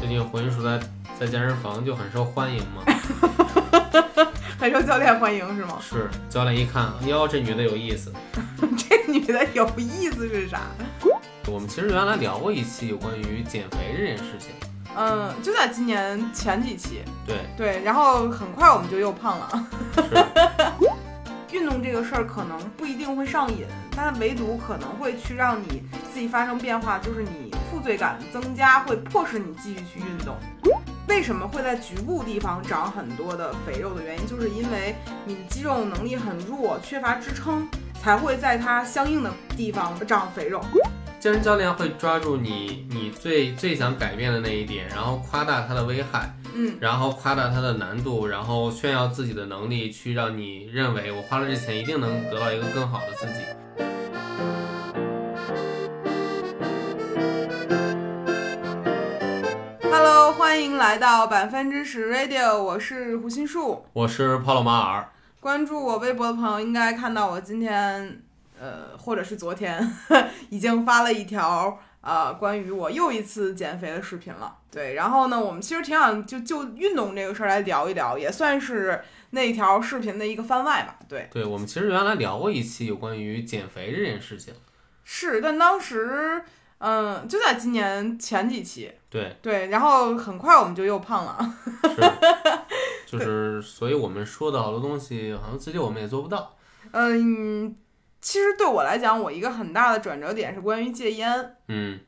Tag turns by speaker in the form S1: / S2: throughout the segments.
S1: 最近魂叔在在健身房就很受欢迎嘛。
S2: 很受教练欢迎是吗？
S1: 是，教练一看，哟，这女的有意思。
S2: 这女的有意思是啥？
S1: 我们其实原来聊过一期有关于减肥这件事情，
S2: 嗯，就在今年前几期，
S1: 对，
S2: 对，然后很快我们就又胖了。
S1: 是
S2: 运动这个事儿可能不一定会上瘾，但唯独可能会去让你自己发生变化，就是你负罪感增加，会迫使你继续去运动。为什么会在局部地方长很多的肥肉的原因，就是因为你的肌肉能力很弱，缺乏支撑，才会在它相应的地方长肥肉。
S1: 健身教练会抓住你你最最想改变的那一点，然后夸大它的危害，
S2: 嗯，
S1: 然后夸大它的难度，然后炫耀自己的能力，去让你认为我花了这钱一定能得到一个更好的自己。
S2: Hello，欢迎来到百分之十 Radio，我是胡心树。
S1: 我是帕洛马尔，
S2: 关注我微博的朋友应该看到我今天，呃，或者是昨天 已经发了一条呃关于我又一次减肥的视频了。对，然后呢，我们其实挺想就就运动这个事儿来聊一聊，也算是那条视频的一个番外吧。对，
S1: 对我们其实原来聊过一期有关于减肥这件事情，
S2: 是，但当时嗯、就在今年前几期，
S1: 对，
S2: 对，然后很快我们就又胖了。
S1: 是，就是所以我们说的好多东西，好像自己我们也做不到。
S2: 嗯，其实对我来讲，我一个很大的转折点是关于戒烟。
S1: 嗯，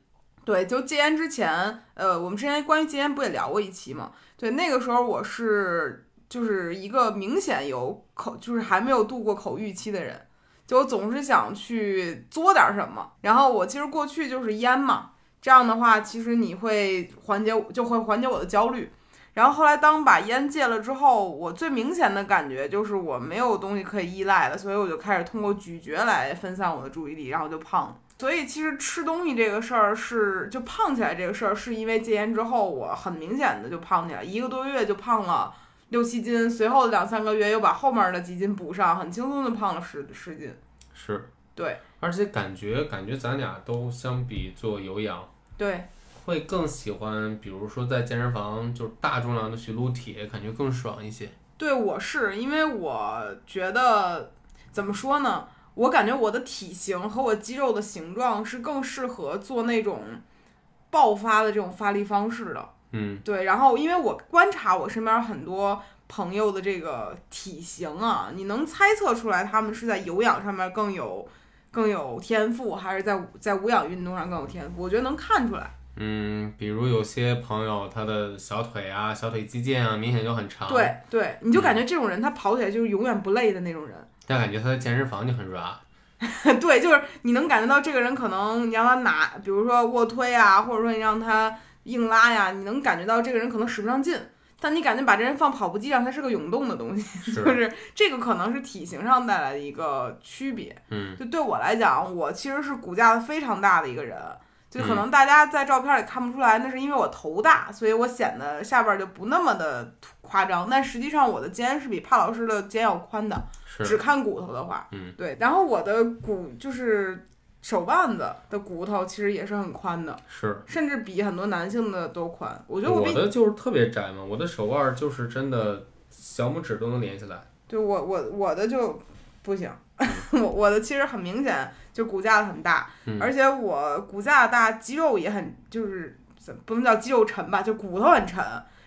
S2: 对，就戒烟之前，呃，我们之前关于戒烟不也聊过一期嘛？对，那个时候我是就是一个明显有口，就是还没有度过口欲期的人，就我总是想去作点什么。然后我其实过去就是烟嘛，这样的话，其实你会缓解，就会缓解我的焦虑。然后后来当把烟戒了之后，我最明显的感觉就是我没有东西可以依赖了，所以我就开始通过咀嚼来分散我的注意力，然后就胖了。所以其实吃东西这个事儿是就胖起来这个事儿，是因为戒烟之后我很明显的就胖起来，一个多月就胖了六七斤，随后两三个月又把后面的几斤补上，很轻松就胖了十十斤。
S1: 是，
S2: 对，
S1: 而且感觉感觉咱俩都相比做有氧，
S2: 对，
S1: 会更喜欢，比如说在健身房就是大重量的去撸铁，感觉更爽一些。
S2: 对我是因为我觉得怎么说呢，我感觉我的体型和我肌肉的形状是更适合做那种爆发的这种发力方式的。
S1: 嗯，
S2: 对，然后因为我观察我身边很多朋友的这个体型啊，你能猜测出来他们是在有氧上面更有更有天赋，还是在无在无氧运动上更有天赋？我觉得能看出来。
S1: 嗯，比如有些朋友他的小腿啊、小腿肌腱啊，明显就很长，，
S2: 对对，你就感觉这种人他跑起来就是永远不累的那种人。
S1: 但感觉他在健身房就很 ra。
S2: 对，就是你能感觉到这个人可能你让他拿，比如说卧推啊，或者说你让他硬拉呀，你能感觉到这个人可能使不上劲。但你感觉把这人放跑步机上，他是个涌动的东西，
S1: 是
S2: 就是这个可能是体型上带来的一个区别。
S1: 嗯，
S2: 就对我来讲，我其实是骨架非常大的一个人，就可能大家在照片里看不出来，那是因为我头大，所以我显得下边儿就不那么的夸张。但实际上我的肩是比帕老师的肩要宽的，只
S1: 是，
S2: 看骨头的话，
S1: 嗯，
S2: 对。然后我的骨就是手腕子的骨头其实也是很宽的，
S1: 是。
S2: 甚至比很多男性的都宽。我觉得我
S1: 我
S2: 比
S1: 的就是特别窄嘛，我的手腕就是真的小拇指都能连起来。
S2: 对我我我的就不行， 我我的其实很明显就骨架很大，
S1: 嗯
S2: 而且我骨架大，肌肉也很就是怎不能叫肌肉沉吧，就骨头很沉。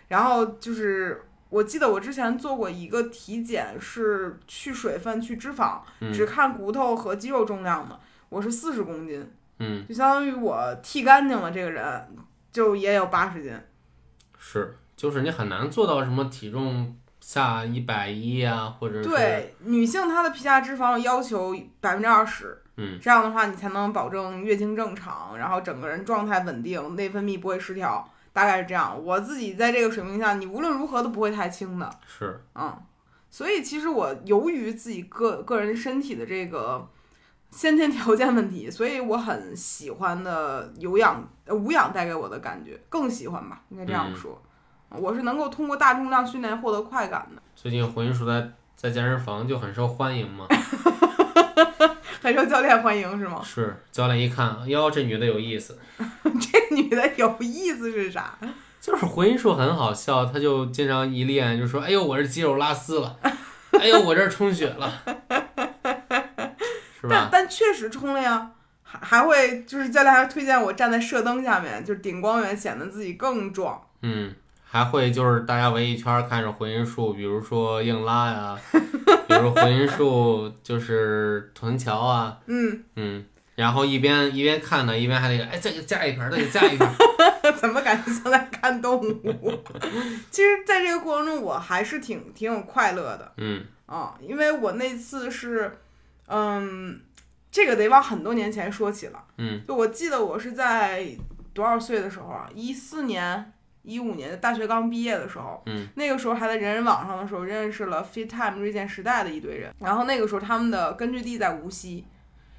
S2: 然后就是我记得我之前做过一个体检，是去水分去脂肪，
S1: 嗯
S2: 只看骨头和肌肉重量嘛，我是四十公斤，
S1: 嗯，
S2: 就相当于我剃干净了这个人。就也有八十斤，
S1: 是，就是你很难做到什么体重下一百一啊，或者是，
S2: 对女性她的皮下脂肪要求百分之二十，
S1: 嗯，
S2: 这样的话，你才能保证月经正常，然后整个人状态稳定，内分泌不会失调，大概是这样。我自己在这个水平下，你无论如何都不会太轻的，
S1: 是，
S2: 嗯。所以其实我由于自己个个人身体的这个先天条件问题，所以我很喜欢的有氧呃无氧带给我的感觉，更喜欢吧，应该这样
S1: 嗯
S2: 说。我是能够通过大重量训练获得快感的，
S1: 最近胡云叔在在健身房就很受欢迎嘛，
S2: 很受教练欢迎是吗？
S1: 是，教练一看，哟，这女的有意思，
S2: 这女的有意思是啥？
S1: 就是回音术很好笑，他就经常一练就说：“哎呦，我这肌肉拉丝了，哎呦，我这儿充血了， 是
S2: 但
S1: 吧？”
S2: 但确实冲了呀，还还会就是教练还推荐我站在射灯下面，就是顶光源，显得自己更壮。
S1: 嗯，还会就是大家围一圈儿看着回音术，比如说硬拉呀、 比如回音术就是臀桥啊，
S2: 嗯，
S1: 嗯，然后一边一边看呢，一边还得哎再给加一盘儿，再给加 一盘儿，
S2: 怎么感觉像在看动物？其实，在这个过程中，我还是挺挺有快乐的
S1: 嗯
S2: 啊、因为我那次是，嗯，这个得往很多年前说起了。
S1: 嗯，
S2: 就我记得我是在多少岁的时候啊？一四年、一五年，大学刚毕业的时候，
S1: 嗯，
S2: 那个时候还在人人网上的时候，认识了 Fit Time 锐健时代的一堆人。然后那个时候他们的根据地在无锡，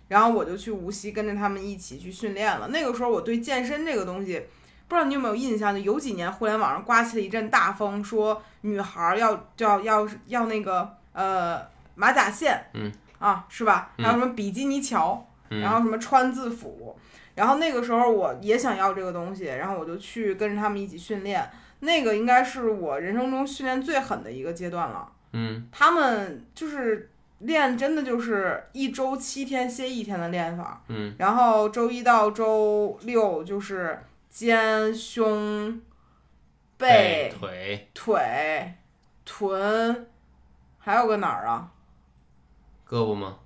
S2: 然后我就去无锡跟着他们一起去训练了。那个时候我对健身这个东西。不知道你有没有印象？就有几年互联网上刮起了一阵大风，说女孩儿要就要要要那个呃马甲线，
S1: 嗯
S2: 啊是吧？
S1: 嗯
S2: 还有什么比基尼桥，然
S1: 嗯
S2: 后什么穿字符，然后那个时候我也想要这个东西，然后我就去跟着他们一起训练。那个应该是我人生中训练最狠的一个阶段了。
S1: 嗯
S2: 他们就是练，真的就是一周七天歇一天的练法，
S1: 嗯
S2: 然后周一到周六就是肩、胸、背、
S1: 哎腿
S2: 腿、臀，还有个哪儿啊？
S1: 胳膊吗？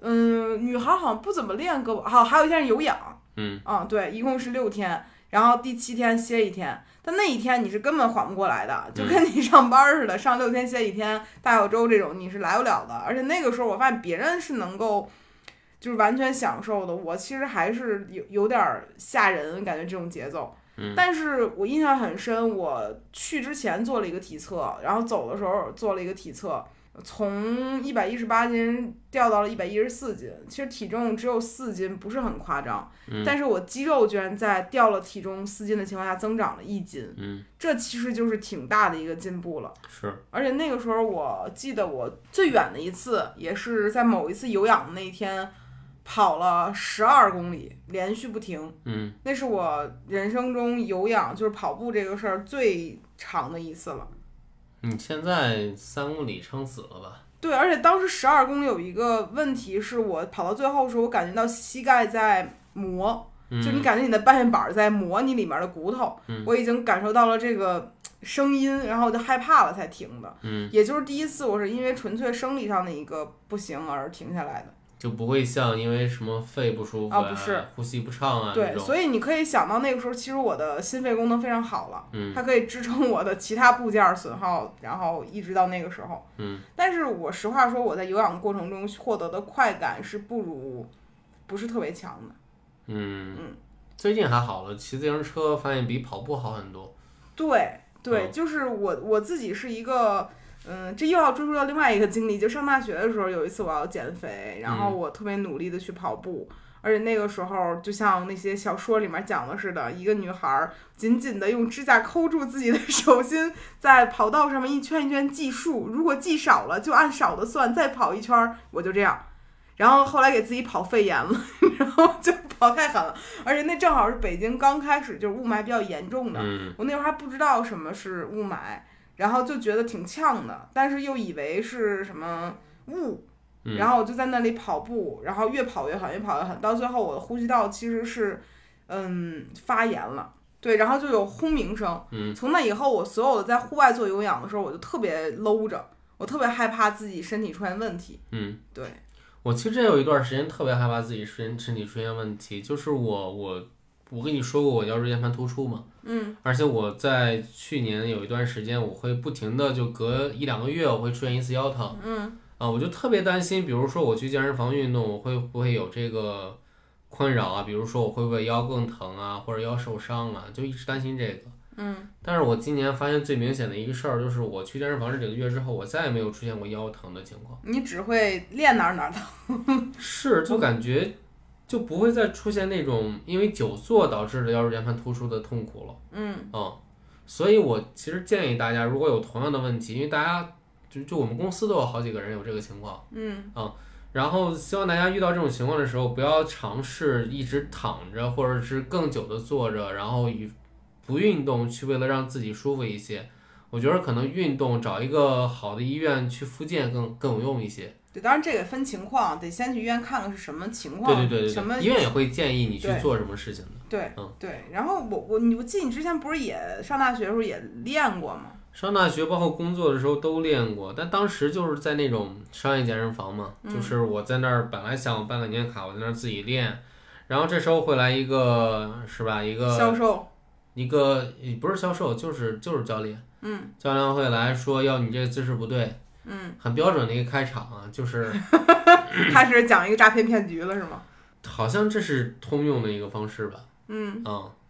S2: 嗯，女孩好像不怎么练胳膊，好，还有一天是有氧。
S1: 嗯
S2: 嗯，对，一共是六天，然后第七天歇一天，但那一天你是根本缓不过来的，就跟你上班似的，上六天歇一天，大小周这种你是来不了的。而且那个时候我发现别人是能够，就是完全享受的，我其实还是有有点儿吓人，感觉这种节奏。
S1: 嗯
S2: 但是我印象很深，我去之前做了一个体测，然后走的时候做了一个体测，从一百一十八斤掉到了一百一十四斤，其实体重只有四斤，不是很夸张。
S1: 嗯
S2: 但是我肌肉居然在掉了体重四斤的情况下增长了一斤，
S1: 嗯，
S2: 这其实就是挺大的一个进步了。
S1: 是，
S2: 而且那个时候我记得我最远的一次也是在某一次有氧的那一天，跑了十二公里，连续不停。
S1: 嗯
S2: 那是我人生中有氧就是跑步这个事儿最长的一次了。
S1: 你现在三公里撑死了吧？
S2: 对，而且当时十二公里有一个问题是我跑到最后的时候，我感觉到膝盖在磨，
S1: 嗯
S2: 就你感觉你的半月板儿在磨你里面的骨头，
S1: 嗯
S2: 我已经感受到了这个声音，然后我就害怕了才停的。
S1: 嗯，
S2: 也就是第一次，我是因为纯粹生理上的一个不行而停下来的。
S1: 就不会像因为什么肺不舒服
S2: 啊不是
S1: 呼吸不畅啊这
S2: 对，
S1: 种。
S2: 所以你可以想到那个时候，其实我的心肺功能非常好了，
S1: 嗯
S2: 它可以支撑我的其他部件儿损耗，然后一直到那个时候。
S1: 嗯
S2: 但是我实话说，我在有氧过程中获得的快感是不如，不是特别强的。
S1: 嗯
S2: 嗯，
S1: 最近还好了，骑自行车发现比跑步好很多。
S2: 对对，
S1: 嗯
S2: 就是我我自己是一个，嗯，这又要追溯到另外一个经历，就上大学的时候，有一次我要减肥，然后我特别努力的去跑步。而且那个时候，就像那些小说里面讲的似的，一个女孩儿紧紧的用指甲抠住自己的 手心，在跑道上面一圈一圈计数，如果计少了就按少的算，再跑一圈儿，我就这样。然后后来给自己跑肺炎了， 然后就跑太狠了，而且那正好是北京刚开始就是雾霾比较严重的，
S1: 嗯
S2: 我那会儿还不知道什么是雾霾，然后就觉得挺呛的，但是又以为是什么雾，
S1: 嗯
S2: 然后我就在那里跑步，然后越跑越狠，越跑越狠，到最后我的呼吸道其实是嗯发炎了。对，然后就有轰鸣声。
S1: 嗯
S2: 从那以后，我所有的在户外做有氧的时候，我就特别搂着，我特别害怕自己身体出现问题。
S1: 嗯。
S2: 对，
S1: 我其实真有一段时间特别害怕自己身身体出现问题，就是我我我跟你说过我腰椎间盘突出嘛，
S2: 嗯
S1: 而且我在去年有一段时间，我会不停的就隔一两个月我会出现一次腰疼
S2: 嗯
S1: 啊，我就特别担心，比如说我去健身房运动，我会不会有这个困扰啊？比如说我会不会腰更疼啊，或者腰受伤啊，就一直担心这个。
S2: 嗯
S1: 但是我今年发现最明显的一个事儿，就是我去健身房这几个月之后，我再也没有出现过腰疼的情况。
S2: 你只会练哪儿哪儿疼。
S1: 是，
S2: 嗯
S1: 就感觉就不会再出现那种因为久坐导致的腰椎间盘突出的痛苦了。
S2: 嗯
S1: 嗯，所以我其实建议大家，如果有同样的问题，因为大家就就我们公司都有好几个人有这个情况，
S2: 嗯
S1: 然后希望大家遇到这种情况的时候，不要尝试一直躺着或者是更久的坐着，然后与不运动去为了让自己舒服一些。我觉得可能运动找一个好的医院去复健更更有用一些。
S2: 对，当然这个分情况，得先去医院看看是什么情况，
S1: 对对对
S2: 什
S1: 对
S2: 么
S1: 对，医院也会建议你去
S2: 对
S1: 做什么事情的。
S2: 对、
S1: 嗯
S2: 对。然后我我你我记得你之前不是也上大学的时候也练过吗？
S1: 上大学包括工作的时候都练过，但当时就是在那种商业健身房嘛，
S2: 嗯
S1: 就是我在那儿本来想我办个年卡，我在那儿自己练，然后这时候会来一个是吧，一
S2: 销
S1: 个
S2: 售，
S1: 一个也不是销售，就是就是教练，嗯，教练会来说要你这姿势不对，嗯，很标准的一个开场啊，就是
S2: 开始讲一个诈骗骗局了是吗？
S1: 好像这是通用的一个方式吧，嗯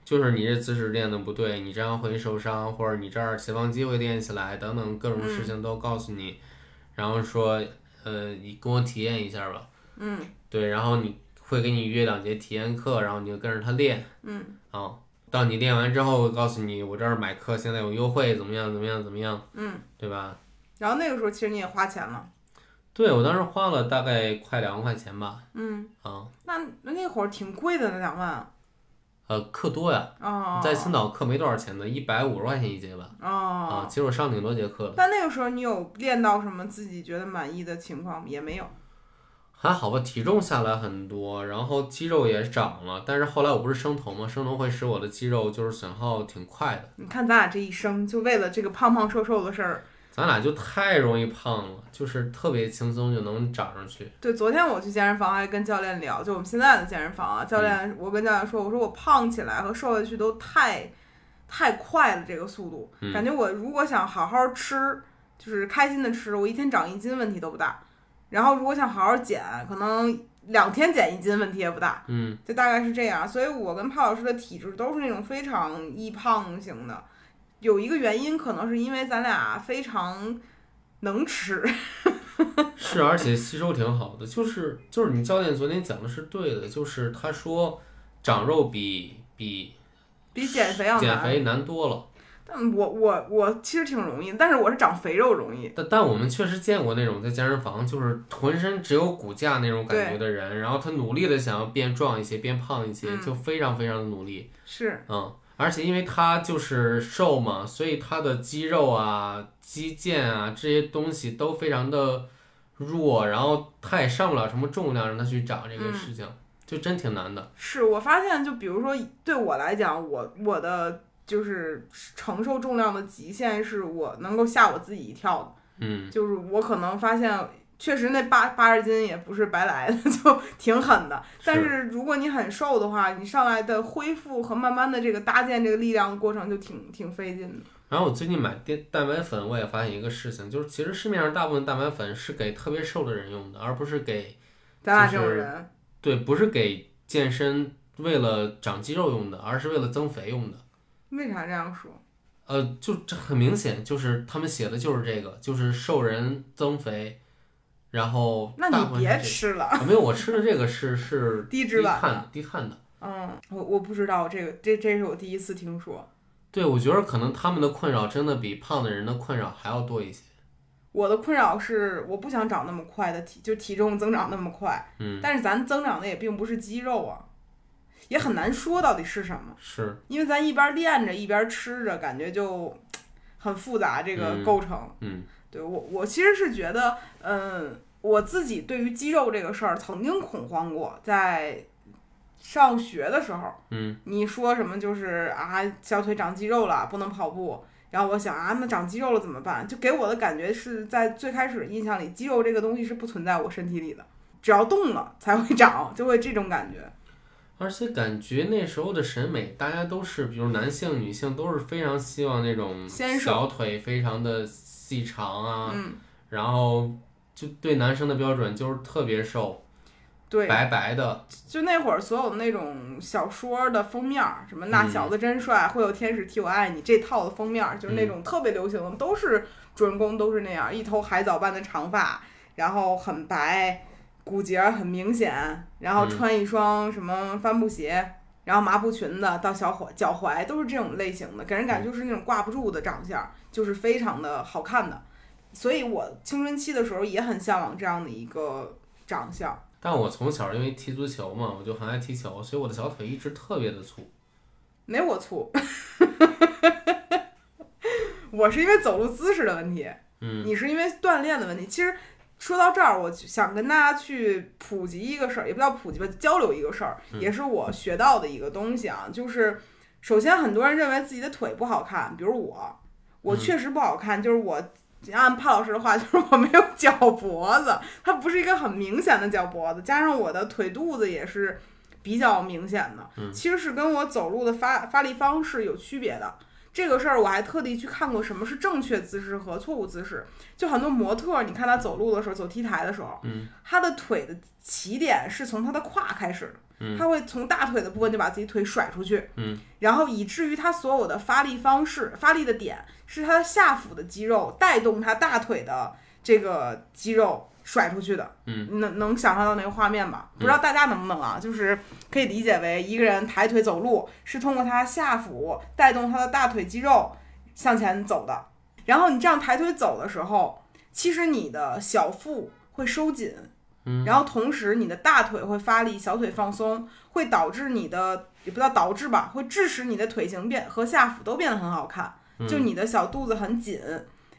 S1: 就是你这姿势练的不对，你这样会受伤，或者你这儿前方肌会练起来，等等各种事情都告诉你，然后说，呃，你跟我体验一下吧，嗯，对，然后你会给你约两节体验课，然后你就跟着他练，嗯，啊、到你练完之后，我告诉你我这儿买课现在有优惠，怎么样，怎么样，怎么样，嗯，对吧？
S2: 然后那个时候其实你也花钱了，
S1: 对我当时花了大概快两万块钱吧，嗯，啊、
S2: 那那会儿挺贵的那两万啊
S1: 呃，课多呀。
S2: 哦
S1: 在青岛课没多少钱的，一百五十块钱一节吧。啊，
S2: 哦。
S1: 其实我上挺多节课的，
S2: 但那个时候你有练到什么自己觉得满意的情况吗？也没有。
S1: 还好吧，体重下来很多，然后肌肉也长了。但是后来我不是生酮嘛，生酮会使我的肌肉就是损耗挺快的。
S2: 你看咱俩这一生就为了这个胖胖瘦瘦的事儿。
S1: 咱俩就太容易胖了，就是特别轻松就能长上 去。
S2: 对，昨天我去健身房还跟教练聊，就我们现在的健身房啊，教练，我跟教练说，我说我胖起来和瘦下去都太太快了，这个速度，感觉我如果想好好吃，就是开心的吃，我一天长一斤问题都不大，然后如果想好好减，可能两天减一斤问题也不大，
S1: 嗯，
S2: 就大概是这样。所以我跟潘老师的体质都是那种非常易胖型的，有一个原因可能是因为咱俩非常能吃，
S1: 是，而且吸收挺好的。就是就是你教练昨天讲的是对的，就是他说长肉比比
S2: 比减肥要难。
S1: 减肥难多了。
S2: 但我我我其实挺容易，但是我是长肥肉容易。
S1: 但但我们确实见过那种在健身房就是浑身只有骨架那种感觉的人，然后他努力的想要变壮一些、变胖一些，就非常非常的努力，
S2: 是，
S1: 嗯。而且因为他就是瘦嘛，所以他的肌肉啊、肌腱啊这些东西都非常的弱，然后他也上不了什么重量让他去长这个事情，就真挺难的。
S2: 是我发现，就比如说对我来讲，我我的就是承受重量的极限是我能够吓我自己一跳的，
S1: 嗯，
S2: 就是我可能发现。确实，那八八十斤也不是白来的， 就挺狠的。但是如果你很瘦的话，你上来的恢复和慢慢的这个搭建这个力量的过程就挺挺费劲的。
S1: 然后我最近买蛋蛋白粉，我也发现一个事情，就是其实市面上大部分蛋白粉是给特别瘦的人用的，而不是给
S2: 咱俩
S1: 就
S2: 这种
S1: 是
S2: 人，
S1: 对，不是给健身为了长肌肉用的，而是为了增肥用的。
S2: 为啥这样说？
S1: 呃，就这很明显，就是他们写的就是这个，就是瘦人增肥，然后
S2: 那
S1: 大部
S2: 你
S1: 分是
S2: 别
S1: 这
S2: 吃了，
S1: 个啊没有，我吃的这个是是
S2: 低
S1: 低
S2: 脂版的。
S1: 碳低碳的。
S2: 嗯，我我不知道这个，这这是我第一次听说。
S1: 对，我觉得可能他们的困扰真的比胖的人的困扰还要多一些。
S2: 我的困扰是，我不想长那么快的体，就体重增长那么快。
S1: 嗯，
S2: 但是咱增长的也并不是肌肉啊，也很难说到底是什么，
S1: 是，
S2: 因为咱一边练着一边吃着，感觉就很复杂这个
S1: 嗯
S2: 构成。
S1: 嗯
S2: 对我，我其实是觉得，嗯，我自己对于肌肉这个事儿曾经恐慌过，在上学的时候，
S1: 嗯，
S2: 你说什么就是啊，小腿长肌肉了，不能跑步。然后我想啊，那长肌肉了怎么办？就给我的感觉是在最开始印象里，肌肉这个东西是不存在我身体里的，只要动了才会长，就会这种感觉。
S1: 而且感觉那时候的审美，大家都是，比如男性、女性都是非常希望那种
S2: 纤瘦嗯
S1: 小腿非常的细长啊，然后就对男生的标准就是特别瘦，
S2: 对，
S1: 白白的，
S2: 就那会儿所有那种小说的封面儿，什么那小子真帅，会有天使替我爱你这套的封面儿，就是那种特别流行的，都是主人公都是那样，一头海藻般的长发，然后很白，骨节儿很明显，然后穿一双什么帆布鞋。然后麻布裙子到小踝、脚踝都是这种类型的，给人感觉就是那种挂不住的长相，就是非常的好看的。所以我青春期的时候也很向往这样的一个长相。
S1: 但我从小因为踢足球嘛，我就很爱踢球，所以我的小腿一直特别的粗。
S2: 没我粗， 我是因为走路姿势的问题，
S1: 嗯
S2: 你是因为锻炼的问题。其实说到这儿，我就想跟大家去普及一个事儿，也不叫普及吧，交流一个事儿，
S1: 嗯
S2: 也是我学到的一个东西啊。就是首先，很多人认为自己的腿不好看，比如我，我
S1: 嗯
S2: 确实不好看，就是我。按帕老师的话， 就是我没有脚脖子，它不是一个很明显的脚脖子，加上我的腿肚子也是比较明显的，
S1: 嗯
S2: 其实是跟我走路的发发力方式有区别的。这个事儿我还特地去看过什么是正确姿势和错误姿势。就很多模特儿，你看她走路的时候，走 T 台的时候，
S1: 嗯
S2: 她的腿的起点是从她的胯开始的，
S1: 嗯
S2: 她会从大腿的部分就把自己腿甩出去，
S1: 嗯
S2: 然后以至于她所有的发力方式、发力的点是她的下腹的肌肉带动她大腿的这个肌肉甩出去的。
S1: 嗯
S2: 能能想象到那个画面吧？不知道大家能不能啊？就是可以理解为一个人抬腿走路是通过他下腹带动他的大腿肌肉向前走的。然后你这样抬腿走的时候，其实你的小腹会收紧，
S1: 嗯
S2: 然后同时你的大腿会发力，小腿放松，会导致你的也不叫导致吧，会致使你的腿型变和下腹都变得很好看。
S1: 嗯，
S2: 就你的小肚子很紧，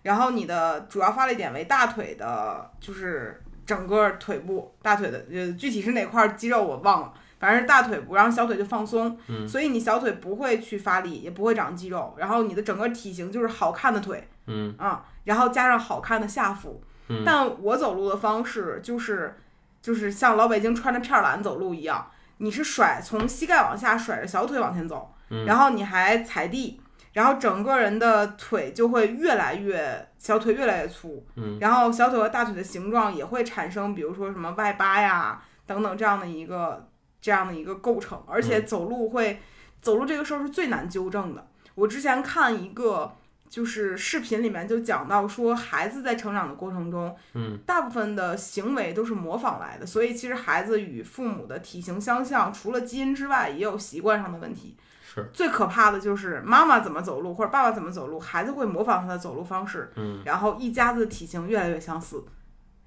S2: 然后你的主要发力点为大腿的，就是整个腿部，大腿的呃具体是哪块肌肉我忘了，反正是大腿部，然后小腿就放松，
S1: 嗯
S2: 所以你小腿不会去发力，也不会长肌肉，然后你的整个体型就是好看的腿
S1: 嗯
S2: 啊、然后加上好看的下腹，
S1: 嗯
S2: 但我走路的方式就是就是像老北京穿着片儿篮走路一样，你是甩从膝盖往下甩着小腿往前走。
S1: 嗯
S2: 然后你还踩地，然后整个人的腿就会越来越小腿越来越粗，
S1: 嗯，
S2: 然后小腿和大腿的形状也会产生，比如说什么外八呀等等这样的一个这样的一个构成，
S1: 嗯
S2: 而且走路会、走路这个事儿是最难纠正的。我之前看一个就是视频里面就讲到说，孩子在成长的过程中，
S1: 嗯，
S2: 大部分的行为都是模仿来的，所以其实孩子与父母的体型相像，除了基因之外，也有习惯上的问题。
S1: 是
S2: 最可怕的就是妈妈怎么走路或者爸爸怎么走路，孩子会模仿他的走路方式，
S1: 嗯
S2: 然后一家子体型越来越相似，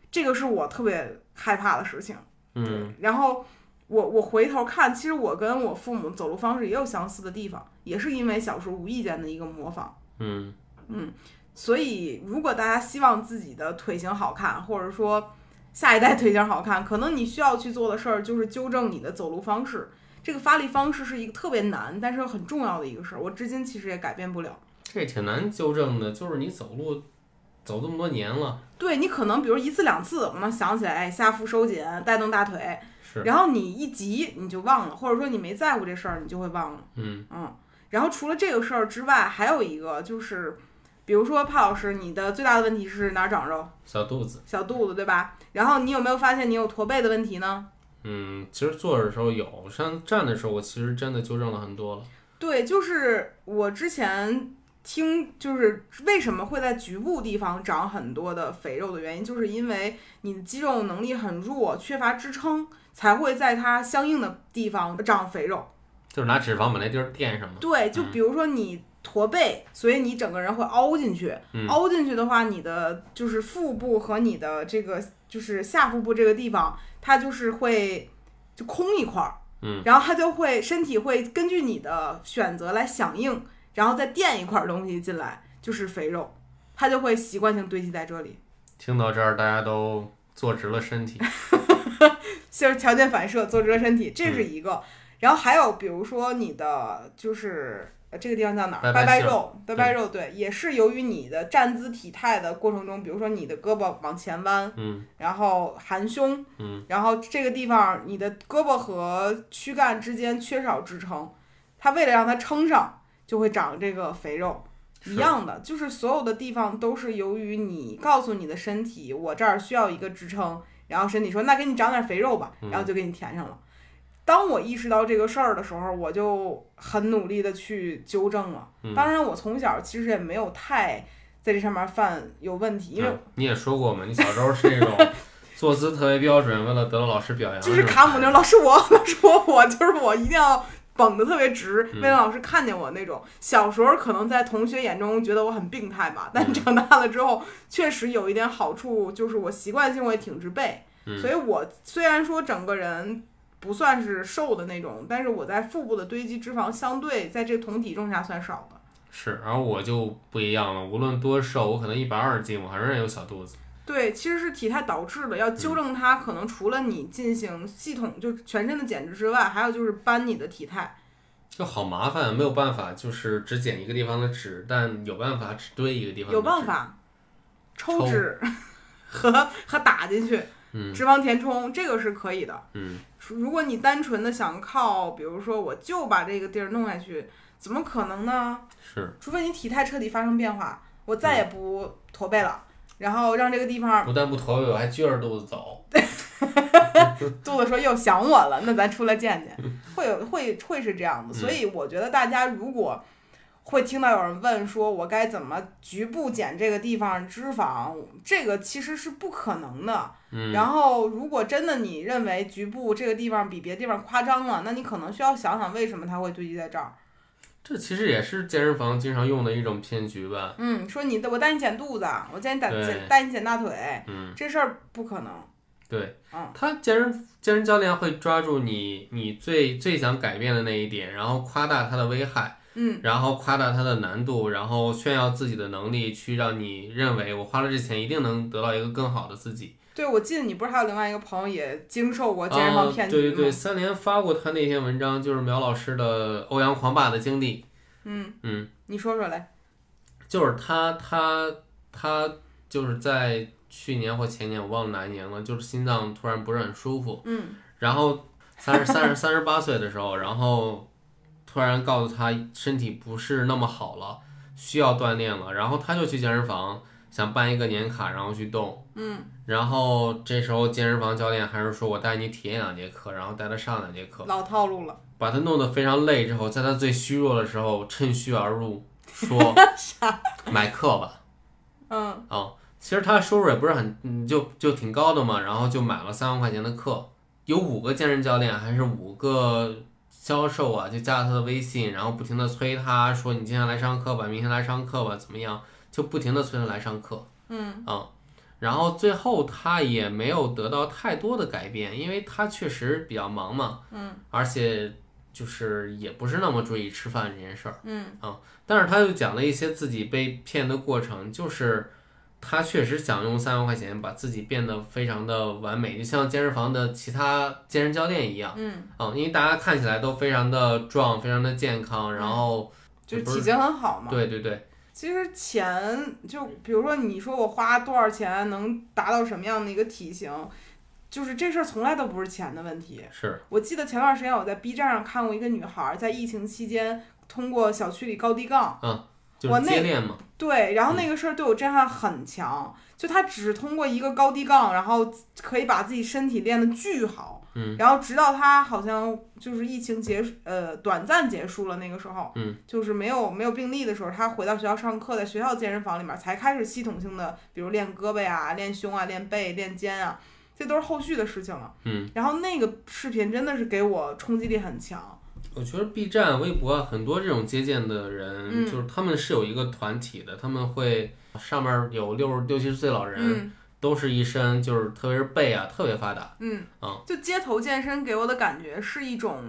S2: 这个是我特别害怕的事情。
S1: 嗯
S2: 然后我我回头看，其实我跟我父母走路方式也有相似的地方，也是因为小时候无意间的一个模仿。
S1: 嗯
S2: 所以，如果大家希望自己的腿型好看，或者说下一代腿型好看，可能你需要去做的事儿就是纠正你的走路方式。这个发力方式是一个特别难，但是很重要的一个事儿。我至今其实也改变不了。
S1: 这挺难纠正的，就是你走路走这么多年了，
S2: 对你可能比如一次两次，我能想起来，哎，下腹收紧，带动大腿，
S1: 是
S2: 然后你一急你就忘了，或者说你没在乎这事儿，你就会忘了。
S1: 嗯
S2: 嗯，然后除了这个事儿之外，还有一个就是，比如说帕老师，你的最大的问题是哪儿长肉？
S1: 小肚子，
S2: 小肚子，对吧？然后你有没有发现你有驼背的问题呢？
S1: 嗯，其实坐着的时候有，上站的时候我其实真的纠正了很多了，
S2: 对，就是我之前听，就是为什么会在局部地方长很多的肥肉的原因，就是因为你的肌肉能力很弱，缺乏支撑，才会在它相应的地方长肥肉。
S1: 就是拿脂肪把那地儿垫上嘛，
S2: 对，就比如说你驼背，所以你整个人会凹进去，
S1: 嗯
S2: 凹进去的话，你的就是腹部和你的这个就是下腹部这个地方，它就是会就空一块儿，
S1: 嗯，
S2: 然后它就会身体会根据你的选择来响应，然后再垫一块儿东西进来，就是肥肉，它就会习惯性堆积在这里，
S1: 听到这儿大家都坐直了身体，
S2: 就是条件反射，坐直了身体，这
S1: 嗯
S2: 是一个。然后还有比如说你的就是呃这个地方叫哪儿？
S1: 拜
S2: 拜
S1: 拜
S2: 拜
S1: 袖
S2: 肉，拜拜肉，对，也是由于你的站姿体态的过程中，比如说你的胳膊往前弯，
S1: 嗯
S2: 然后含胸，
S1: 嗯，
S2: 然后这个地方你的胳膊和躯干之间缺少支撑，它为了让它撑上，就会长这个肥肉。
S1: 是
S2: 一样的，就是所有的地方都是由于你告诉你的身体，我这儿需要一个支撑，然后身体说那给你长点肥肉吧，
S1: 嗯
S2: 然后就给你填上了。当我意识到这个事儿的时候，我就很努力的去纠正了。
S1: 嗯
S2: 当然，我从小其实也没有太在这上面犯有问题，因为
S1: 嗯你也说过嘛，你小时候是那 种坐姿特别标准，为了得到老师表扬，
S2: 就是卡姆那种，老师我，老师我，我就是我，一定要绷得特别直，
S1: 嗯
S2: 为了老师看见我那种。小时候可能在同学眼中觉得我很病态吧，但
S1: 嗯
S2: 长大了之后确实有一点好处，就是我习惯性会挺直背，
S1: 嗯
S2: 所以我虽然说整个人。不算是瘦的那种，但是我在腹部的堆积脂肪相对在这个同体重下算少的，
S1: 是，然后我就不一样了，无论多瘦，我可能一百二十斤，我还仍然有小肚子。
S2: 对，其实是体态导致的，要
S1: 嗯
S2: 纠正它，可能除了你进行系统就是全身的减脂之外，还有就是搬你的体态。
S1: 就好麻烦，啊没有办法，就是只减一个地方的脂，但有办法只堆一个地方的
S2: 有办
S1: 脂，
S2: 法，抽
S1: 抽
S2: 脂和和打进去，
S1: 嗯
S2: 脂肪填充这个是可以的。
S1: 嗯，
S2: 如果你单纯的想靠，比如说我就把这个地儿弄下去，怎么可能呢？
S1: 是，嗯
S2: 除非你体态彻底发生变化，我再也不驼背了，然后让这个地方
S1: 不但不驼背，我还撅着肚子走。
S2: 肚子说又想我了，那咱出来见见，会有会会是这样子。所
S1: 嗯
S2: 以我觉得大家如果会听到有人问说我该怎么局部减这个地方脂肪，这个其实是不可能的。
S1: 嗯，
S2: 然后如果真的你认为局部这个地方比别的地方夸张了，那你可能需要想想为什么它会堆积在这儿。
S1: 这其实也是健身房经常用的一种骗局吧。
S2: 嗯，说你我带你减肚子，我带你带
S1: 对
S2: 减带你减大腿，
S1: 嗯，
S2: 这事儿不可能。
S1: 对
S2: 嗯，
S1: 他健身健身教练会抓住你你最最想改变的那一点，然后夸大它的危害，
S2: 嗯，
S1: 然后夸大它的难度，然后炫耀自己的能力，去让你认为我花了这钱一定能得到一个更好的自己。
S2: 对，我记得你不是还有另外一个朋友也经受过
S1: 啊，
S2: 健身房骗局嗯吗？
S1: 对对对，三联发过他那篇文章，就是苗老师的《欧阳狂霸的经历》。
S2: 嗯
S1: 嗯，
S2: 你说说来。
S1: 就是他他他就是在去年或前年，我忘了哪一年了，就是心脏突然不是很舒服，
S2: 嗯
S1: 然后三十三十三十八岁的时候，然后突然告诉他身体不是那么好了，需要锻炼了，然后他就去健身房想办一个年卡，然后去动。
S2: 嗯，
S1: 然后这时候健身房教练还是说我带你体验两节课，然后带他上两节课，
S2: 老套路了，
S1: 把他弄得非常累之后，在他最虚弱的时候趁虚而入，说买课吧。
S2: 嗯，
S1: 哦，其实他收入也不是很，嗯，就就挺高的嘛，然后就买了三万块钱的课，有五个健身教练还是五个销售啊，就加了他的微信，然后不停的催他说你今天来上课吧，明天来上课吧，怎么样？就不停的催他来上课，嗯啊、然后最后他也没有得到太多的改变，因为他确实比较忙嘛，嗯，而且就是也不是那么注意吃饭这件事儿，嗯啊，但是他又讲了一些自己被骗的过程，就是。他确实想用三万块钱把自己变得非常的完美，就像健身房的其他健身教练一样。
S2: 嗯，
S1: 嗯，因为大家看起来都非常的壮，非常的健康，然后
S2: 就
S1: 也不
S2: 是
S1: 是
S2: 体型很嗯好嘛。
S1: 对对对，
S2: 其实钱就比如说你说我花多少钱能达到什么样的一个体型，就是这事儿从来都不是钱的问题。
S1: 是，
S2: 我记得前段时间我在 B 站上看过一个女孩儿在疫情期间通过小区里高低杠，
S1: 就
S2: 我
S1: 是
S2: 那
S1: 接练嘛。嗯
S2: 对，然后那个事儿对我震撼很强，就她只通过一个高低杠，然后可以把自己身体练得巨好，
S1: 嗯，
S2: 然后直到她好像就是疫情结束，呃，短暂结束了那个时候，
S1: 嗯，
S2: 就是没有没有病例的时候，她回到学校上课，在学校健身房里面才开始系统性的，比如练胳膊呀、练胸啊、练背、练肩啊，这都是后续的事情了，
S1: 嗯，
S2: 然后那个视频真的是给我冲击力很强，
S1: 我觉得 B 站、微博啊，很多这种接见的人，
S2: 嗯
S1: 就是他们是有一个团体的，他们会上面有六十六七十岁老人，
S2: 嗯
S1: 都是一身就是特别是背啊特别发达。
S2: 嗯
S1: 嗯，
S2: 就街头健身给我的感觉是一种，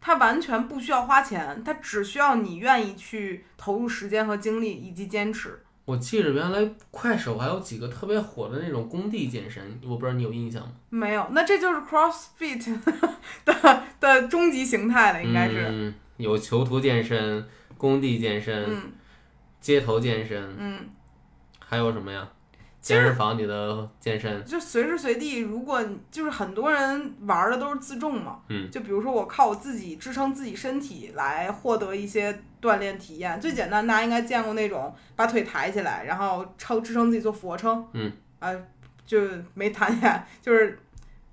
S2: 它完全不需要花钱，它只需要你愿意去投入时间和精力以及坚持。
S1: 我记着原来快手还有几个特别火的那种工地健身，我不知道你有印象吗？
S2: 没有，那这就是 CrossFit 的的终极形态啊了，应该是。
S1: 嗯、有囚徒健身、工地健身、
S2: 嗯
S1: 街头健身，
S2: 嗯，
S1: 还有什么呀？
S2: 其
S1: 健
S2: 实
S1: 身房里的健身，
S2: 就随时随地，如果你就是很多人玩的都是自重嘛，
S1: 嗯，
S2: 就比如说我靠我自己支撑自己身体来获得一些锻炼体验。最简单，大家应该见过那种把腿抬起来，然后撑支撑自己做俯卧撑，
S1: 嗯，
S2: 啊，就没谈起来，就是，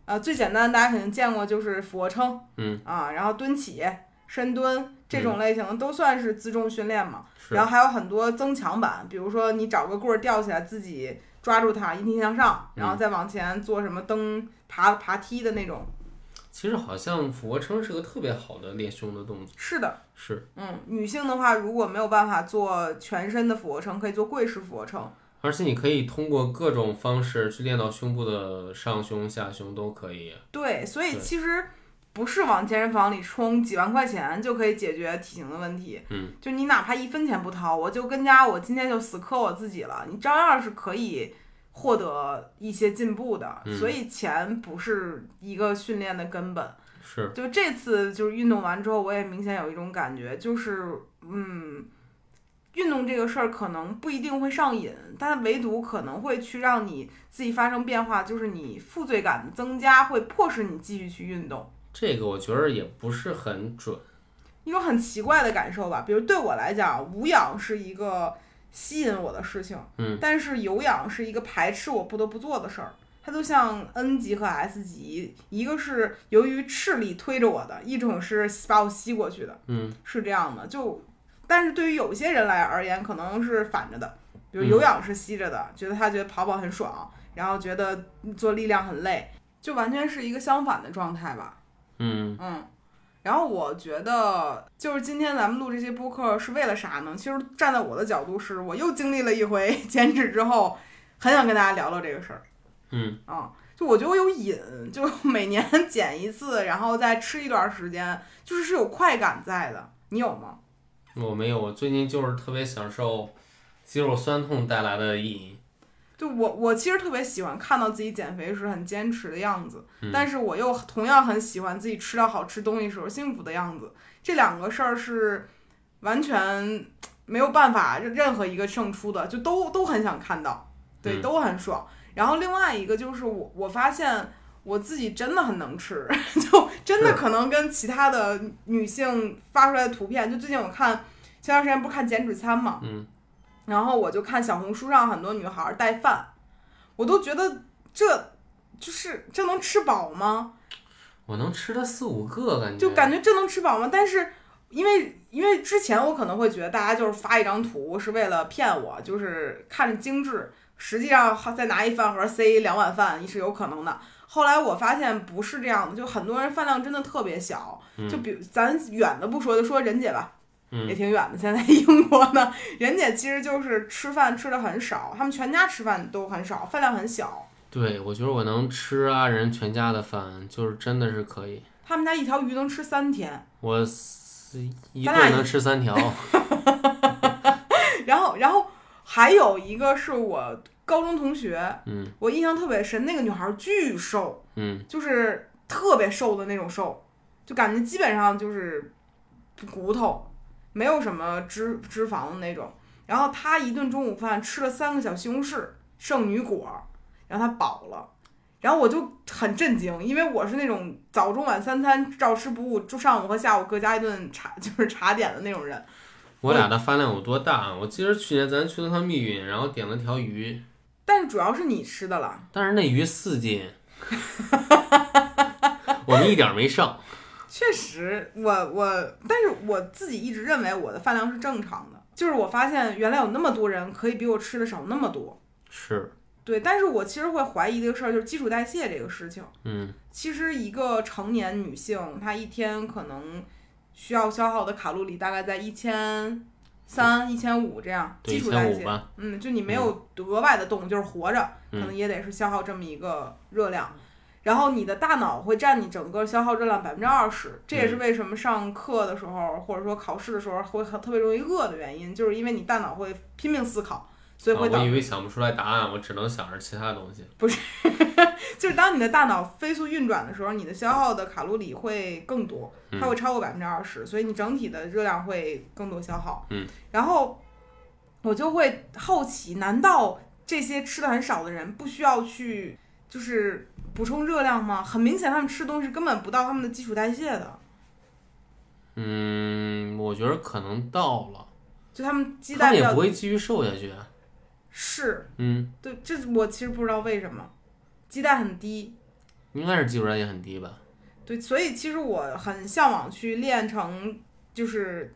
S2: 呃，最简单大家肯定见过就是俯卧撑，
S1: 嗯，
S2: 啊，然后蹲起、深蹲这种类型的都算是自重训练嘛。
S1: 是
S2: 然后还有很多增强版，比如说你找个棍儿吊起来，自己抓住它，引体向上，
S1: 嗯
S2: 然后再往前做什么登爬爬梯的那种。
S1: 其实好像俯卧撑是个特别好的练胸的动作，
S2: 是的，
S1: 嗯是，
S2: 嗯，女性的话如果没有办法做全身的俯卧撑，可以做跪式俯卧撑。
S1: 而且你可以通过各种方式去练到胸部的上胸、下胸都可以。
S2: 对，所以
S1: 对
S2: 其实不是往健身房里充几万块钱就可以解决体型的问题，
S1: 嗯，
S2: 就你哪怕一分钱不掏，我就跟家我今天就死磕我自己了，你照样是可以获得一些进步的。
S1: 嗯
S2: 所以钱不是一个训练的根本。
S1: 是，
S2: 就这次就是运动完之后，我也明显有一种感觉，就是嗯，运动这个事儿可能不一定会上瘾，但唯独可能会去让你自己发生变化，就是你负罪感的增加会迫使你继续去运动，
S1: 这个我觉得也不是很准。
S2: 一种很奇怪的感受吧。比如对我来讲，无氧是一个吸引我的事情，
S1: 嗯，
S2: 但是有氧是一个排斥我不得不做的事儿。它就像 N 级和 S 级，一个是由于斥力推着我的，一种是把我吸过去的。
S1: 嗯
S2: 是这样的，就但是对于有些人来而言，可能是反着的，比如
S1: 嗯
S2: 有氧是吸着的，觉得他觉得跑跑很爽，然后觉得做力量很累，就完全是一个相反的状态吧。
S1: 嗯
S2: 嗯，然后我觉得就是今天咱们录这些播客是为了啥呢？其实站在我的角度是，我又经历了一回 减脂之后，很想跟大家聊聊这个事儿
S1: 嗯，
S2: 啊。就我觉得我有瘾，就每年 减一次，然后再吃一段时间，就是是有快感在的。你有吗？
S1: 我没有，我最近就是特别享受肌肉酸痛带来的意义。
S2: 就我我其实特别喜欢看到自己减肥时很坚持的样子，
S1: 嗯
S2: 但是我又同样很喜欢自己吃到好吃东西时候幸福的样子。这两个事儿是完全没有办法任任何一个胜出的，就都都很想看到，对，
S1: 嗯
S2: 都很爽。然后另外一个就是我我发现我自己真的很能吃， 就真的
S1: 是
S2: 可能跟其他的女性发出来的图片，就最近我看前段时间不是看减脂餐嘛，
S1: 嗯，
S2: 然后我就看小红书上很多女孩儿带饭，我都觉得这就是这能吃饱吗？
S1: 我能吃它四五个，感觉
S2: 就感觉这能吃饱吗？但是因为因为之前我可能会觉得大家就是发一张图是为了骗我，就是看着精致，实际上再拿一饭盒塞两碗饭是有可能的。后来我发现不是这样的，就很多人饭量真的特别小，就比咱远的不说，就说任姐吧，也
S1: 嗯
S2: 挺远的。现在英国呢，人家其实就是吃饭吃的很少，他们全家吃饭都很少，饭量很小。
S1: 对，我觉得我能吃阿、仁全家的饭，就是真的是可以。
S2: 他们家一条鱼能吃三天，
S1: 我四一
S2: 咱
S1: 顿
S2: 俩
S1: 能吃三条，
S2: 然后然后还有一个是我高中同学，
S1: 嗯
S2: 我印象特别深，那个女孩巨瘦，
S1: 嗯
S2: 就是特别瘦的那种瘦，就感觉基本上就是骨头，没有什么脂脂肪的那种。然后她一顿中午饭吃了三个小西红柿圣女果，然后她饱了。然后我就很震惊，因为我是那种早中晚三餐照吃不误，就上午和下午各加一顿茶， 就是茶点的那种人。
S1: 我俩的饭量有多大？啊我记得去年咱去了趟密云，然后点了条鱼，
S2: 但是主要是你吃的了，
S1: 但是那鱼四斤，我们一点儿没上。
S2: 确实，我我，但是我自己一直认为我的饭量是正常的，就是我发现原来有那么多人可以比我吃的少那么多，
S1: 是，
S2: 对，但是我其实会怀疑这个事儿，就是基础代谢这个事情。
S1: 嗯
S2: 其实一个成年女性，她一天可能需要消耗的卡路里大概在一千三、一千五这样，
S1: 对
S2: 基础代
S1: 1500
S2: 谢
S1: 吧。
S2: 嗯，就你没有额外的动，就是活着，可
S1: 嗯
S2: 能也得是消耗这么一个热量。然后你的大脑会占你整个消耗热量百分之二十，这也
S1: 嗯
S2: 是为什么上课的时候或者说考试的时候会很特别容易饿的原因，就是因为你大脑会拼命思考，所以
S1: 啊
S2: 会导
S1: 我以为想不出来答案，我只能想着其他东西。
S2: 就是当你的大脑飞速运转的时候，你的消耗的卡路里会更多，它
S1: 嗯
S2: 会超过百分之二十，所以你整体的热量会更多消耗。
S1: 嗯，
S2: 然后我就会好奇，难道这些吃的很少的人不需要去就是补充热量吗？很明显，他们吃东西根本不到他们的基础代谢的，
S1: 嗯，我觉得可能到了，
S2: 就他们基
S1: 他
S2: 代
S1: 们
S2: 不
S1: 也
S2: 了
S1: 不会继续瘦下去啊。
S2: 是
S1: 嗯，
S2: 对，这是我其实不知道为什么基代很低，
S1: 应该是基础代谢很低吧？
S2: 对，所以其实我很向往去练成，就是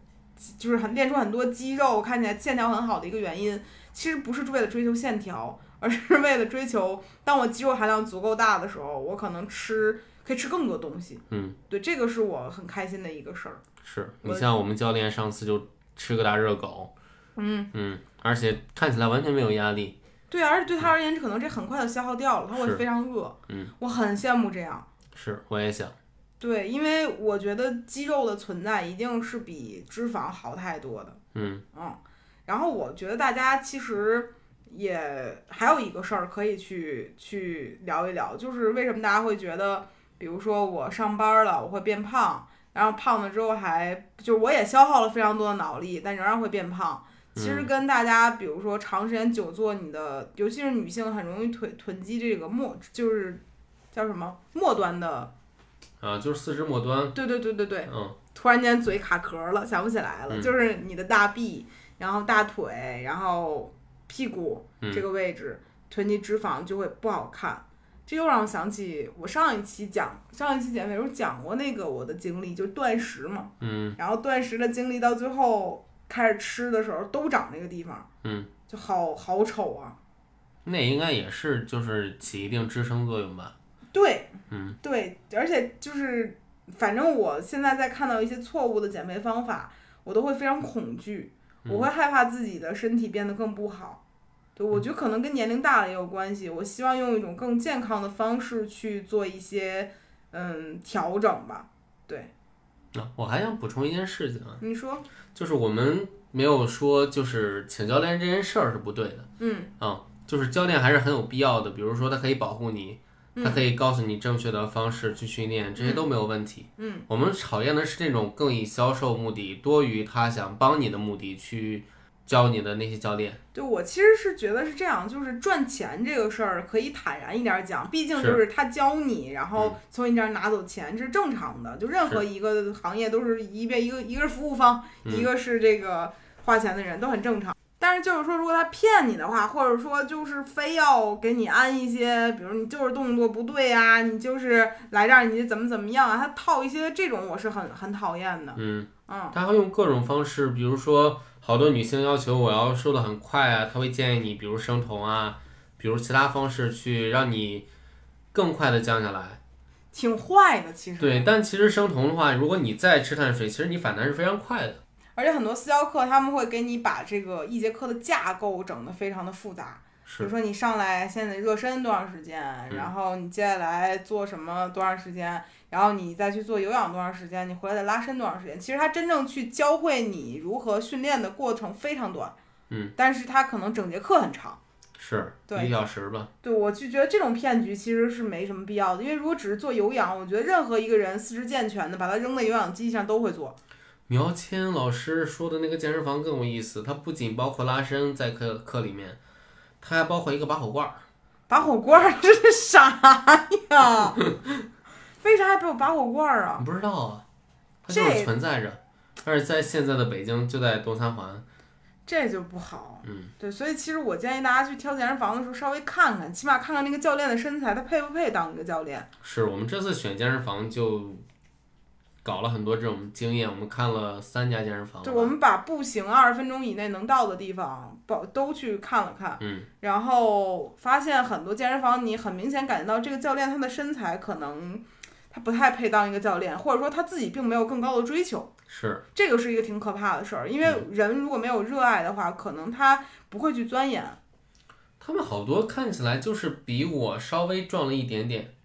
S2: 就是很练出很多肌肉，看起来线条很好的一个原因，其实不是为了追求线条，而是为了追求，当我肌肉含量足够大的时候，我可能吃可以吃更多东西。
S1: 嗯，
S2: 对，这个是我很开心的一个事儿。
S1: 是
S2: 我
S1: 你像我们教练上次就吃个大热狗，
S2: 嗯，
S1: 嗯，而且看起来完全没有压力。
S2: 对，而且对他而言，可能这很快就消耗掉了，他会
S1: 嗯是
S2: 非常饿。
S1: 嗯，
S2: 我很羡慕这样。
S1: 是，我也想，
S2: 对，因为我觉得肌肉的存在一定是比脂肪好太多的。
S1: 嗯
S2: 嗯，然后我觉得大家其实也还有一个事儿可以去去聊一聊，就是为什么大家会觉得，比如说我上班了，我会变胖，然后胖了之后还就是我也消耗了非常多的脑力，但仍然会变胖。其实跟大家，比如说长时间久坐，你的尤其是女性很容易囤囤积这个末就是叫什么末端的，
S1: 啊，就是四肢末端，
S2: 对对对对对，
S1: 嗯
S2: 突然间嘴卡壳了，想不起来了，
S1: 嗯
S2: 就是你的大臂，然后大腿，然后屁股
S1: 嗯
S2: 这个位置、囤积脂肪就会不好看。这又让我想起我上一期讲上一期减肥时候讲过那个我的经历，就是断食嘛。
S1: 嗯
S2: 然后断食的经历到最后开始吃的时候都长这个地方，
S1: 嗯，
S2: 就好好丑啊。
S1: 那应该也是就是起一定支撑作用吧？
S2: 对，
S1: 嗯，
S2: 对，而且就是，反正我现在在看到一些错误的减肥方法，我都会非常恐惧，我会害怕自己的身体变得更不好。对，我觉得可能跟年龄大了也有关系。我希望用一种更健康的方式去做一些嗯调整吧。对，
S1: 啊，我还想补充一件事情啊，
S2: 你说，
S1: 就是我们没有说就是请教练这件事儿是不对的，
S2: 嗯
S1: 啊，就是教练还是很有必要的，比如说他可以保护你。他可以告诉你正确的方式去训练，这些都没有问题。
S2: 嗯嗯，
S1: 我们讨厌的是这种更以销售目的多于他想帮你的目的去教你的那些教练。
S2: 对我其实是觉得是这样，就是赚钱这个事儿可以坦然一点儿讲，毕竟
S1: 是嗯
S2: 就是他教你，然后从你这儿拿走钱，这是正常的。就任何一个行业都是一边一个一个是服务方，一
S1: 嗯
S2: 个是这个花钱的人，都很正常。但是就是说，如果他骗你的话，或者说就是非要给你安一些，比如你就是动作不对呀、你就是来这儿你怎么怎么样啊，他套一些这种我是很很讨厌的。
S1: 嗯，
S2: 嗯，
S1: 他会用各种方式，比如说好多女性要求我要瘦的很快啊，他会建议你，比如生酮啊，比如其他方式去让你更快的降下来。
S2: 挺坏的其实。
S1: 对，但其实生酮的话，如果你再吃碳水，其实你反弹是非常快的。
S2: 而且很多私教课他们会给你把这个一节课的架构整得非常的复杂，比
S1: 是，
S2: 如
S1: 嗯
S2: 说你上来先得热身多长时间，然后你接下来做什么多长时间，然后你再去做有氧多长时间，你回来再拉伸多长时间。其实他真正去教会你如何训练的过程非常短，
S1: 嗯，
S2: 但是他可能整节课很长。
S1: 是
S2: 对
S1: 一个小时吧。
S2: 对，我就觉得这种骗局其实是没什么必要的，因为如果只是做有氧，我觉得任何一个人四肢健全的，把它扔在有氧机上都会做。
S1: 苗谦老师说的那个健身房更有意思，它不仅包括拉伸在课课里面，它还包括一个拔火罐儿。
S2: 拔火罐儿， 这是啥 呀？为啥还没有拔火罐儿啊？
S1: 你不知道啊，它就是
S2: 这
S1: 存在着，而且在现在的北京就在东三环。
S2: 这就不好。
S1: 嗯，
S2: 对，所以其实我建议大家去挑健身房的时候，稍微看看，起码看看那个教练的身材，他配不配当一个教练。
S1: 是我们这次选健身房就搞了很多这种经验，我们看了三家健身房
S2: 就
S1: 了
S2: 我
S1: 吧。
S2: 们把步行二十分钟以内能到的地方，包都去看了看，
S1: 嗯，
S2: 然后发现很多健身房，你很明显感觉到这个教练他的身材可能他不太配当一个教练，或者说他自己并没有更高的追求。
S1: 是
S2: 这个是一个挺可怕的事儿，因
S1: 嗯
S2: 为人如果没有热爱的话，可能他不会去钻研。
S1: 他们好多看起来就是比我稍微壮了一点点，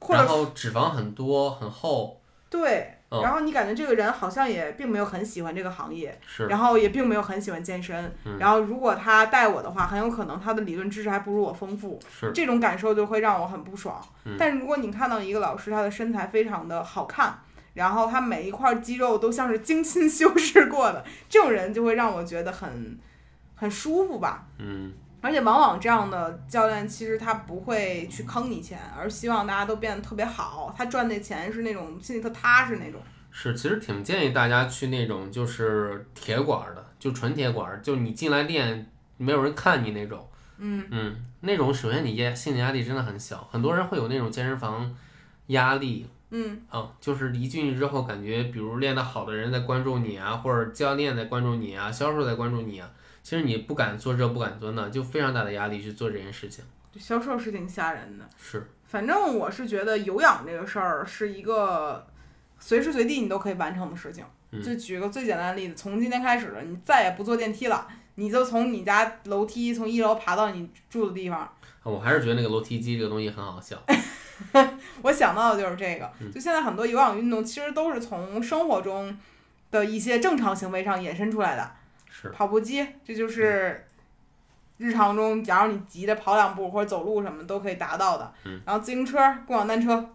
S2: 或
S1: 然
S2: 者
S1: 后脂肪很多很厚，
S2: 对，
S1: 嗯
S2: 然后你感觉这个人好像也并没有很喜欢这个行业，
S1: 是嗯
S2: 然后也并没有很喜欢健身，然后如果他带我的话，很有可能他的理论知识还不如我丰富，
S1: 是嗯
S2: 这种感受就会让我很不爽。但是如果你看到一个老师，他的身材非常的好看，然后他每一块肌肉都像是精心修饰过的，这种人就会让我觉得很很舒服吧。
S1: 嗯
S2: 而且往往这样的教练，其实他不会去坑你钱，而希望大家都变得特别好。他赚那钱是那种心里特踏实那种。
S1: 是，其实挺建议大家去那种就是铁管儿的，就纯铁管儿，就你进来练没有人看你那种。嗯那种首先你压心理压力真的很小，很多人会有那种健身房压力，
S2: 嗯，
S1: 啊，就是一进去之后，感觉比如练得好的人在关注你啊，或者教练在关注你啊，销售在关注你啊，其实你不敢做这，不敢做那，就非常大的压力去做这件事情。
S2: 销售是挺吓人的。
S1: 是，
S2: 反正我是觉得有氧这个事儿是一个随时随地你都可以完成的事情。
S1: 嗯
S2: 就举个最简单的例子，从今天开始，你再也不坐电梯了，你就从你家楼梯从一楼爬到你住的地方。
S1: 啊我还是觉得那个楼梯机这个东西很好笑，
S2: 我想到的就是这个。就现在很多有氧运动其实都是从生活中的一些正常行为上衍生出来的。
S1: 是，嗯
S2: 跑步机，这就是日常中，假如你急着跑两步或者走路什么都可以达到的。
S1: 嗯。
S2: 然后自行车、共享单车，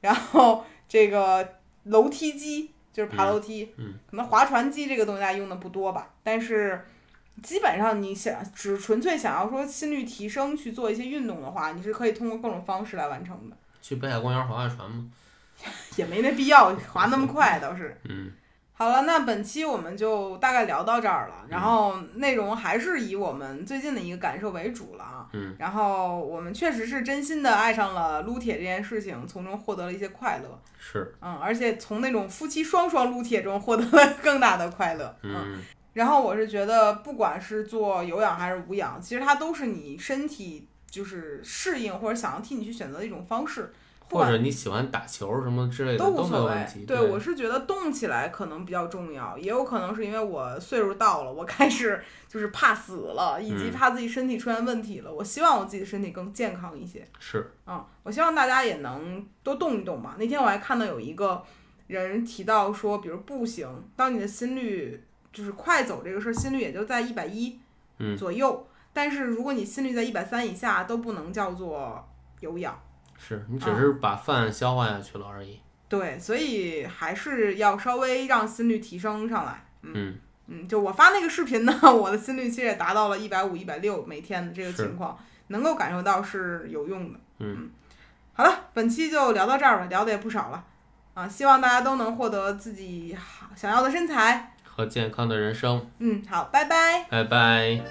S2: 然后这个楼梯机就是爬楼梯，
S1: 嗯嗯
S2: 可能划船机这个东西大家用的不多吧，但是。基本上，你想只纯粹想要说心率提升去做一些运动的话，你是可以通过各种方式来完成的，
S1: 去北海公园划划船嘛。
S2: 也没那必要滑那么快倒是。
S1: 嗯，
S2: 好了，那本期我们就大概聊到这儿了，
S1: 嗯
S2: 然后内容还是以我们最近的一个感受为主了啊。
S1: 嗯，
S2: 然后我们确实是真心的爱上了撸铁这件事情，从中获得了一些快乐，
S1: 是，
S2: 嗯，而且从那种夫妻双双撸铁中获得了更大的快乐，
S1: 嗯
S2: 然后我是觉得，不管是做有氧还是无氧，其实它都是你身体就是适应或者想要替你去选择的一种方式，不
S1: 或
S2: 管
S1: 者你喜欢打球什么之类的
S2: 都无
S1: 没有
S2: 所谓
S1: 问题。。
S2: 对，我是觉得动起来可能比较重要，也有可能是因为我岁数到了，我开始就是怕死了，以及
S1: 嗯
S2: 怕自己身体出现问题了。我希望我自己的身体更健康一些。
S1: 是，
S2: 嗯，我希望大家也能多动一动吧。那天我还看到有一个人提到说，比如步行，当你的心率就是快走这个事儿，心率也就在一百一
S1: 嗯
S2: 左右，但是如果你心率在一百三以下，都不能叫做有氧。
S1: 是你
S2: 嗯
S1: 只是把饭消化下去了而已。
S2: 对，所以还是要稍微让心率提升上来。
S1: 嗯，
S2: 嗯，就我发那个视频呢， 我的心率其实也达到了一百五、一百六每天的这个
S1: 是
S2: 情况，能够感受到是有用的。
S1: 嗯
S2: 好了，本期就聊到这儿吧，聊的也不少了啊，希望大家都能获得自己好想要的身材。
S1: 和健康的人生，
S2: 嗯，好，拜拜。
S1: 拜拜。